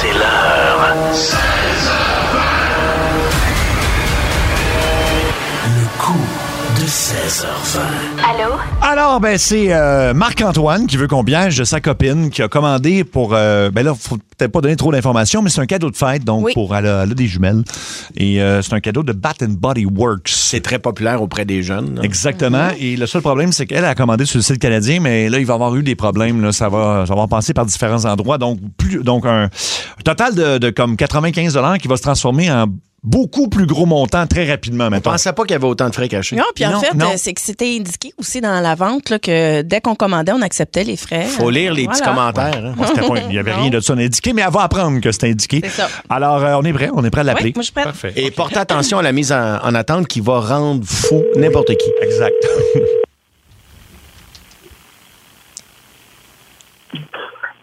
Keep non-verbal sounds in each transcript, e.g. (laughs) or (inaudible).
C'est l'heure. Le coup de 16h20. Allô? Alors, ben, c'est euh, Marc-Antoine qui veut qu'on biège de sa copine qui a commandé pour. euh, ben là, faut peut-être pas donner trop d'informations, mais c'est un cadeau de fête, donc Oui. pour. Elle a, elle a des jumelles. Et euh, c'est un cadeau de Bat and Body Works. C'est très populaire auprès des jeunes. là. Exactement. Et le seul problème, c'est qu'elle a commandé sur le site canadien, mais là, il va avoir eu des problèmes. Là. Ça, va, ça va passer par différents endroits. Donc, plus, donc un, un total de, de comme 95 qui va se transformer en beaucoup plus gros montant très rapidement, On maintenant. pensait pas qu'il y avait autant de frais cachés. Non, puis en Non, fait, non. euh, c'est que c'était indiqué aussi dans la vente là, que dès qu'on commandait, on acceptait les frais. Faut lire les petits Voilà. commentaires. hein. Bon, c'était pas- Il n'y avait rien de ça indiqué, mais elle va apprendre que c'est indiqué. C'est ça. Alors, euh, on est prêt, on est prêt à Ouais, l'appeler. moi, je suis prête. Et portez attention à la mise en, en attente qui va rendre fou n'importe qui. Exact. (laughs)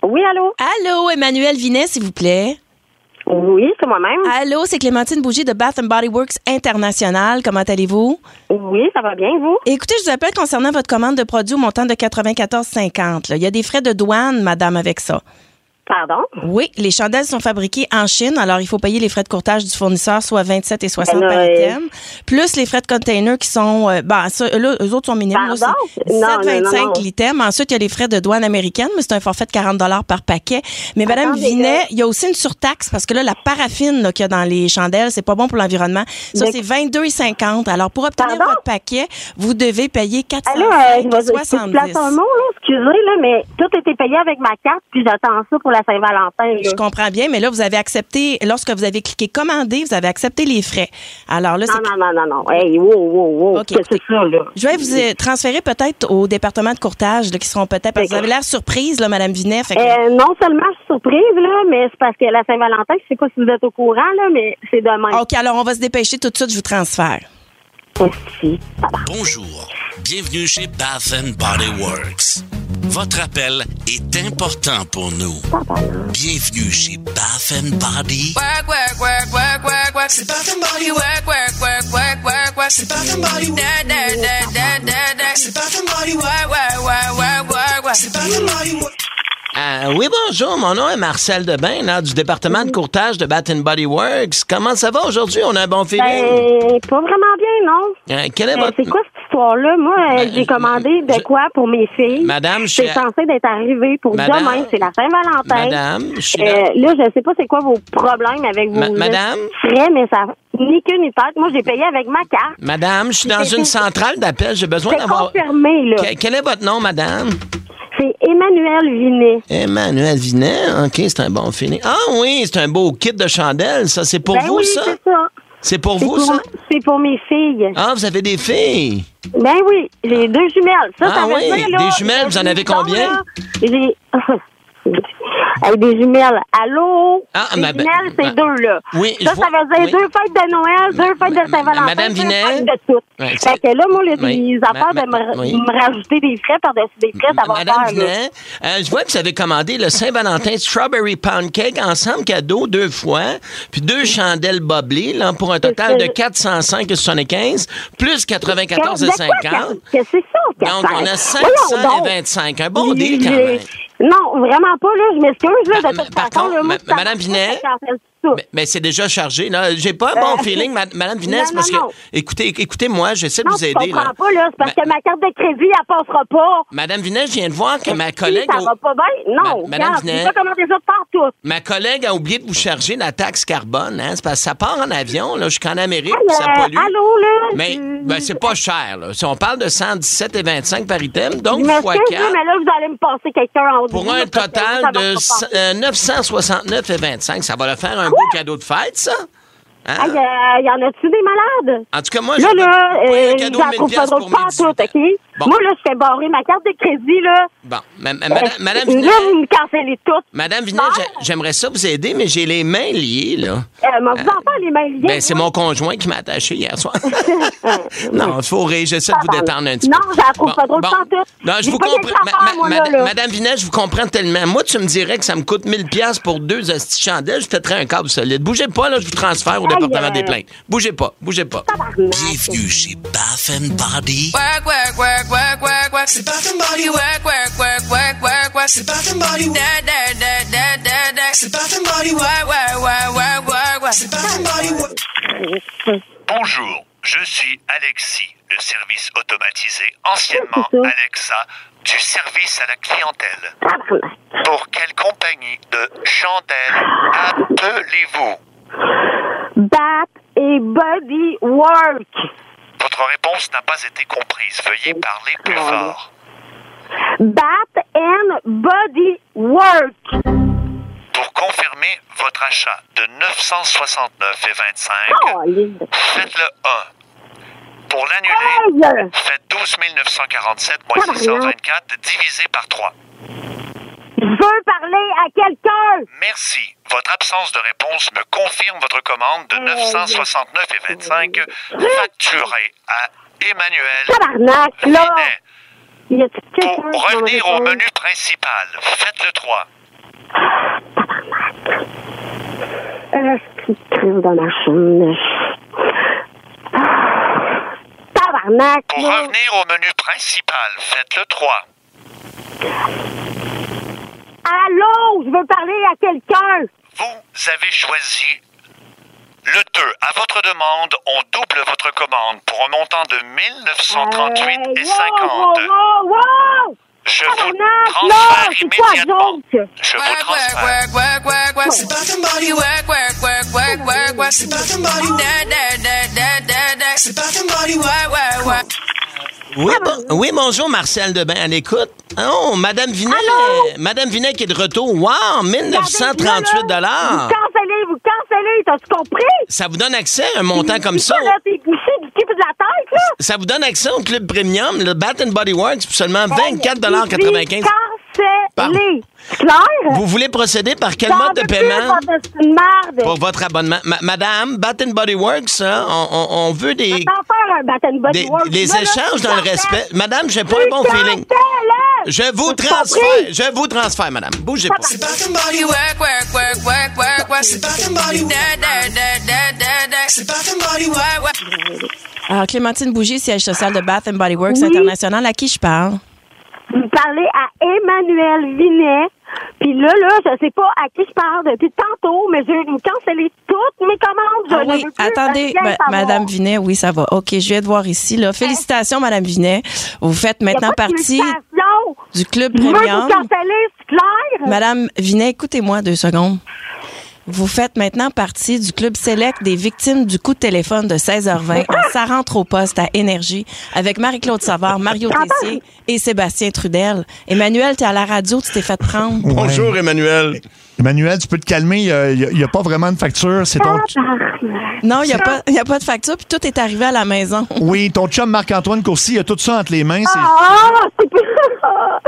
Oui, allô? Allô, Emmanuel Vinet, s'il vous plaît. Oui, c'est moi-même. Allô, c'est Clémentine Bougie de Bath and Body Works International. Comment allez-vous? Oui, ça va bien, vous? Écoutez, je vous appelle concernant votre commande de produits au montant de 94,50. là. Il y a des frais de douane, madame, avec ça. Pardon? Oui, les chandelles sont fabriquées en Chine, alors il faut payer les frais de courtage du fournisseur, soit 27 et 60 Ben là, par euh, item, plus les frais de container qui sont, euh, ben, ça, là, eux autres sont minimes, là, Pardon? c'est Non, 17,25 non, non, non. l'item. Ensuite, il y a les frais de douane américaine, mais c'est un forfait de 40 par paquet. Mais Madame Attendez, Vinet, euh, il y a aussi une surtaxe, parce que là, la paraffine là, qu'il y a dans les chandelles, c'est pas bon pour l'environnement. Ça, Mais- c'est 22,50. Alors, pour obtenir Pardon? votre paquet, vous devez payer Allô, euh, je 405 vais je te 70. place un mot, là, excusez, là, mais tout était payé avec ma carte, puis j'attends ça pour la Saint-Valentin, là. Je comprends bien, mais là, vous avez accepté, lorsque vous avez cliqué commander, vous avez accepté les frais. Alors là, c'est. Ah, Non, non, non, non, non. Hey, wow, wow, wow. Ok, Qu'est-ce que c'est ça, là? Je vais vous euh, transférer peut-être au département de courtage, là, qui seront peut-être. Parce que vous avez l'air surprise, là, Madame Vinet. fait que- Euh, non seulement je suis surprise, là, mais c'est parce que la Saint-Valentin, je sais pas si vous êtes au courant, là, mais c'est demain. OK, alors on va se dépêcher tout de suite, je vous transfère. Merci. Bonjour, bienvenue chez Bath and Body Works. Votre appel est important pour nous. Bienvenue chez Bath and Body. Work, work, work, work, work, work. C'est Bath and Body. Work, work, work, work, work, work. C'est Bath and Body. Da, da, da, da, da, da. C'est Bath and Body. Work, work, work, work, work, work. C'est Bath and Body. Ah, oui, bonjour, mon nom est Marcel Debain, là, du département de courtage de Bath and Body Works. Comment ça va aujourd'hui? On a un bon feeling? Ben, pas vraiment bien, non? Euh, Eh quel est Euh, ben, votre... C'est quoi cette histoire-là? Moi, euh, Ben, j'ai je- commandé de je- quoi pour mes filles? Madame, je C'est suis- censé d'être arrivé pour Madame- demain. C'est la Saint-Valentin. Madame, je suis Euh, là. là, je sais pas c'est quoi vos problèmes avec vos Ma- madame? frais, mais ça ni queue ni tête. Moi, j'ai payé avec ma carte. Madame, je suis dans C'est- une centrale d'appel. J'ai besoin C'est d'avoir... confirmé, là. Que- Quel est votre nom, madame? C'est Emmanuel Vinet. Emmanuel Vinet. OK, c'est un bon feeling. Ah oui, c'est un beau kit de chandelles, ça. C'est pour Ben vous, oui, ça? c'est ça. C'est pour C'est vous, ça? c'est pour mes filles. Ah, vous avez des filles. Ben oui, j'ai deux jumelles. Ça, Ah ça veut oui, dire, là, des jumelles, vous en avez disons, combien? là, J'ai... (laughs) Hey, des jumelles. Allô? Ah, des ma- ben, jumelles, ben, c'est deux, là. oui, ça, je ça vois- veut dire oui. deux fêtes de Noël, deux fêtes de ma- Saint-Valentin, Madame deux Vinet? fêtes de tout. Ouais, c'est- fait que là, moi, les Oui. Ma- affaires de ma- me, oui. me rajouter des frais par-dessus des frais, ça va Madame faire, là. Vinet, euh, je vois que vous avez commandé le Saint-Valentin Strawberry Pound Cake ensemble cadeau deux fois, puis deux chandelles boblées, là, pour un total de 405,75 plus Quand- de quoi, 94,50. Qu'est-ce que c'est ça? Donc, quatre on a cents? Voyons donc. 525. Un bon J'ai- deal, quand même. Non, vraiment pas, là. Je m'excuse, là, Par- de toute par façon. contre, là, moi, ma- ça- Madame Vinet? ça cancelle tout. Mais, mais c'est déjà chargé. là. J'ai pas un bon Euh, (laughs) feeling, ma- Madame Vinet, non, c'est parce non, non. que... Écoutez, écoutez-moi, j'essaie de Non, vous je aider. comprends là. pas, là. C'est parce Ma- que ma carte de crédit, elle passera pas. Madame Vinet, je viens de voir que ma Si, collègue... Euh, Ça au- va pas bien? Non. Ma- Madame regarde, Vinet. C'est ça comment les autres partent tous. Ma collègue a oublié de vous charger la taxe carbone, hein? C'est parce que ça part en avion, là, jusqu'en Amérique, puis ça Euh, pollue. allô, là? Mais tu- ben, c'est pas cher, là. Si on parle de 117 et 25 par item, Je donc m'excuse, fois là, 4, mais là, vous allez me passer quelqu'un en haut. pour un total de cent- euh, 969 et 25. Ça va le faire un beau Ah! cadeau de fête, ça? Hein? Il euh, y en a-tu des malades? En tout cas, moi, Là, j'aurais là, pas eu euh, un je cadeau de la 1000 trouve pas piastres pour drôle mes pas 18 tout, ans. OK? Bon. Moi, là, je fais barrer ma carte de crédit, là. Bon, ma- ma- madame, madame Euh, Vinet, Là, vous Ah! me cancellez toutes. madame Vinet, j'ai- j'aimerais ça vous aider, mais j'ai les mains liées, là. Euh, mais vous en parlez, les mains liées. Ben, c'est mon conjoint qui m'a attaché hier soir. (laughs) non, il faut rire, j'essaie de vous détendre un petit Non, peu. je la trouve pas drôle pantoute. Non, je J'ai vous pas comprends. quelque affaire, moi, là, là. Madame Vinet, je vous comprends tellement. Moi, tu me dirais que ça me coûte 1000 pièces pour deux hosties de chandelles, je fêterais un câble solide. Bougez pas, là, je vous transfère au Aïe, département des euh. plaintes. Bougez pas, bougez pas. Tabarnak. Bienvenue chez Bath and Body. Work, work, work, work, work, work. C'est Bath and Body. Work, work, work, work, work, work. C'est Bath and Body. Da, da, da, da, da, da. C'est Bath and Body Work, work, work, work, work, work. C'est Bath and Body Work. Bonjour, je suis Alexis, le service automatisé, anciennement Alexa, du service à la clientèle. Pour quelle compagnie de chandelles appelez-vous Bat et body work. Votre réponse n'a pas été comprise. Veuillez parler plus fort. Bat and body work. Pour confirmer votre achat de 969 et 25, Oh, Lise. faites le 1. Pour l'annuler, Hey! faites 12 947 moins Tabarnak. 624 divisé par 3. Je veux parler à quelqu'un. Merci. Votre absence de réponse me confirme votre commande de 969 et 25 facturée à Emmanuel Tabarnak, là. Vinet. Y a-tu Eh, Pour quelqu'un qui m'a revenir au répondu? menu principal, faites le 3. Euh, je suis crise dans ma chambre. Ah, Tabarnak, Pour là. revenir au menu principal, faites le 3. Allô, je veux parler à quelqu'un. Vous avez choisi le 2. À votre demande, on double votre commande pour un montant de 1938 Hey, et Euh, wow, 50. Wow, wow, wow. Je vous Tabarnak, là, transfère c'est quoi la immédiatement. joke? Je vous Work, work, transfère. work, work, work, work. C'est Bath and Body Work, work, work, work, work, work. C'est Bath and Body Work. Da, da, da, da, da, da. C'est Bath and Body Work, work, work. Oui, bon- oui, bonjour Marcel Debain, à l'écoute. Oh, Madame Vinet, Allô? euh, Madame Vinet qui est de retour. Wow, 1938 Regardez, là, là, Vous cancellez, vous cancellez, t'as-tu compris? Ça vous donne accès à un montant comme ça. C'est quoi, là, t'es couché du cul de la tête, là? Ça vous donne accès au club premium, le Bat and Body Works, pour seulement Je 24,95 dis Pardon. Cancellé. C'est clair? Vous voulez procéder par quel J'en mode de veux plus, paiement votre petite merde. pour votre abonnement? Ma- Madame, Bat and Body Works, hein, on, on- on veut des, T'en faire un bat and body des, work. des Là, là, échanges tu dans le t'en respect. fais. Madame, j'ai pas Tu un bon t'en feeling. fais, là. Je vous T'as-tu transfère. compris? Je vous transfère, madame. Bougez pas. C'est Bath and Body Work, work, work, work, work, work. C'est Bath and Body Work. Da, da, da, da, da, da. C'est Bath and Body Work, work. Alors, Clémentine Bougie, siège social de Bath and Body Works Oui. International, à qui je parle? Vous parlez à Emmanuel Vinet. Puis là, là, je sais pas à qui je parle depuis tantôt, mais je vais vous canceller toutes mes commandes. Je Ah ne oui, veux plus attendez, rien ben, savoir. Madame Vinet, oui, ça va. OK, je viens de voir ici. Là. Félicitations, Madame Vinet. Vous faites Ah. Y a maintenant pas de partie communication. du club Je veux premium. vous canceller, c'est clair? Madame Vinet, écoutez-moi deux secondes. Vous faites maintenant partie du club select des victimes du coup de téléphone de (laughs) 16h20 en Ça rentre au poste à Énergie avec Marie-Claude Savard, (laughs) Mario Tessier et Sébastien Trudel. Emmanuel, t'es à la radio, tu t'es fait prendre. Bonjour, Emmanuel. Emmanuel, tu peux te calmer. Il n'y a, pas vraiment de facture. C'est ton. Non, il n'y a, pas- y a pas de facture, puis tout est arrivé à la maison. (laughs) Oui, ton chum Marc-Antoine Courcy, il a tout ça entre les mains. C'est- Ah, c'est plus.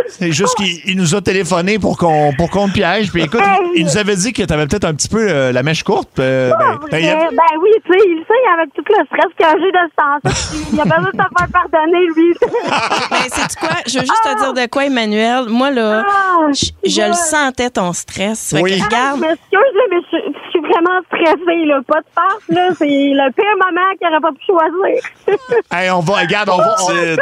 C'est juste qu'il il nous a téléphoné pour qu'on pour qu'on le piège. Puis écoute, il- il nous avait dit que t'avais peut-être un petit peu euh, la mèche courte. euh, ben, (laughs) ben, il y a- Ben, ben oui, tu sais, il sait avec tout le stress que j'ai de ce temps-là. (laughs) Il a besoin de se faire pardonner, lui. Mais c'est quoi? Je veux juste te dire de quoi, Emmanuel. Moi, là, Ah, je, je le sentais ton stress. Fait que Oui. regarde, Je m'excuse, là, mais je, je suis vraiment stressée, là. Pas de farce, là. C'est le pire moment qu'il n'aurait pas pu choisir. Hey, on va, regarde, on va. on-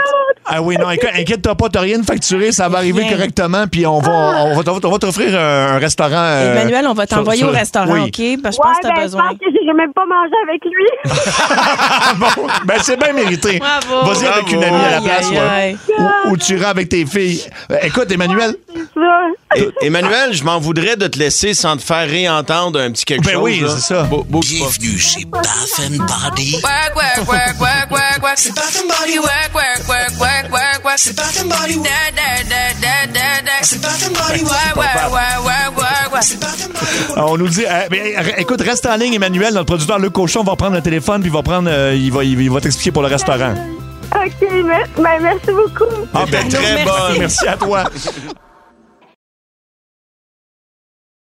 Ah oui, non, écoute, inquiète-toi pas, t'as rien de facturé, ça va arriver Rien. correctement, puis on va, on va, on va t'offrir un, un restaurant. euh, Emmanuel, on va sur- t'envoyer sur- au restaurant, oui. OK? Parce que je pense que Ah, (laughs) t'as ouais, ben, besoin. Je pense que j'ai même pas mangé (laughs) avec lui. (laughs) Ah bon? Ben, c'est bien mérité. Bravo. Vas-y avec une amie à la Aïe, place, aïe, ouais. aïe. Ou, ou tu iras avec tes filles. Euh, Écoute, Emmanuel, C'est ça. É- Emmanuel, je m'en voudrais de te laisser sans te faire réentendre un petit quelque Ben chose. oui, là. c'est ça. Bou- bouge pas. Bienvenue chez Bath and Body Work, work, work, work, work, work. C'est Bath and Body Work, work, work, work, work, work. C'est Bath and Body Work. Da, da, da, da, da, da. C'est Bath and Body Work, work, work, work, work, work. C'est Bath and Body Work. on nous dit. euh, mais, euh, écoute, reste en ligne, Emmanuel. Notre producteur, Luc Cochon, va prendre le téléphone, puis il va prendre. euh, il va, il va t'expliquer pour le restaurant. OK, merci, ben, merci beaucoup. Ah, ben, très merci. Merci à toi.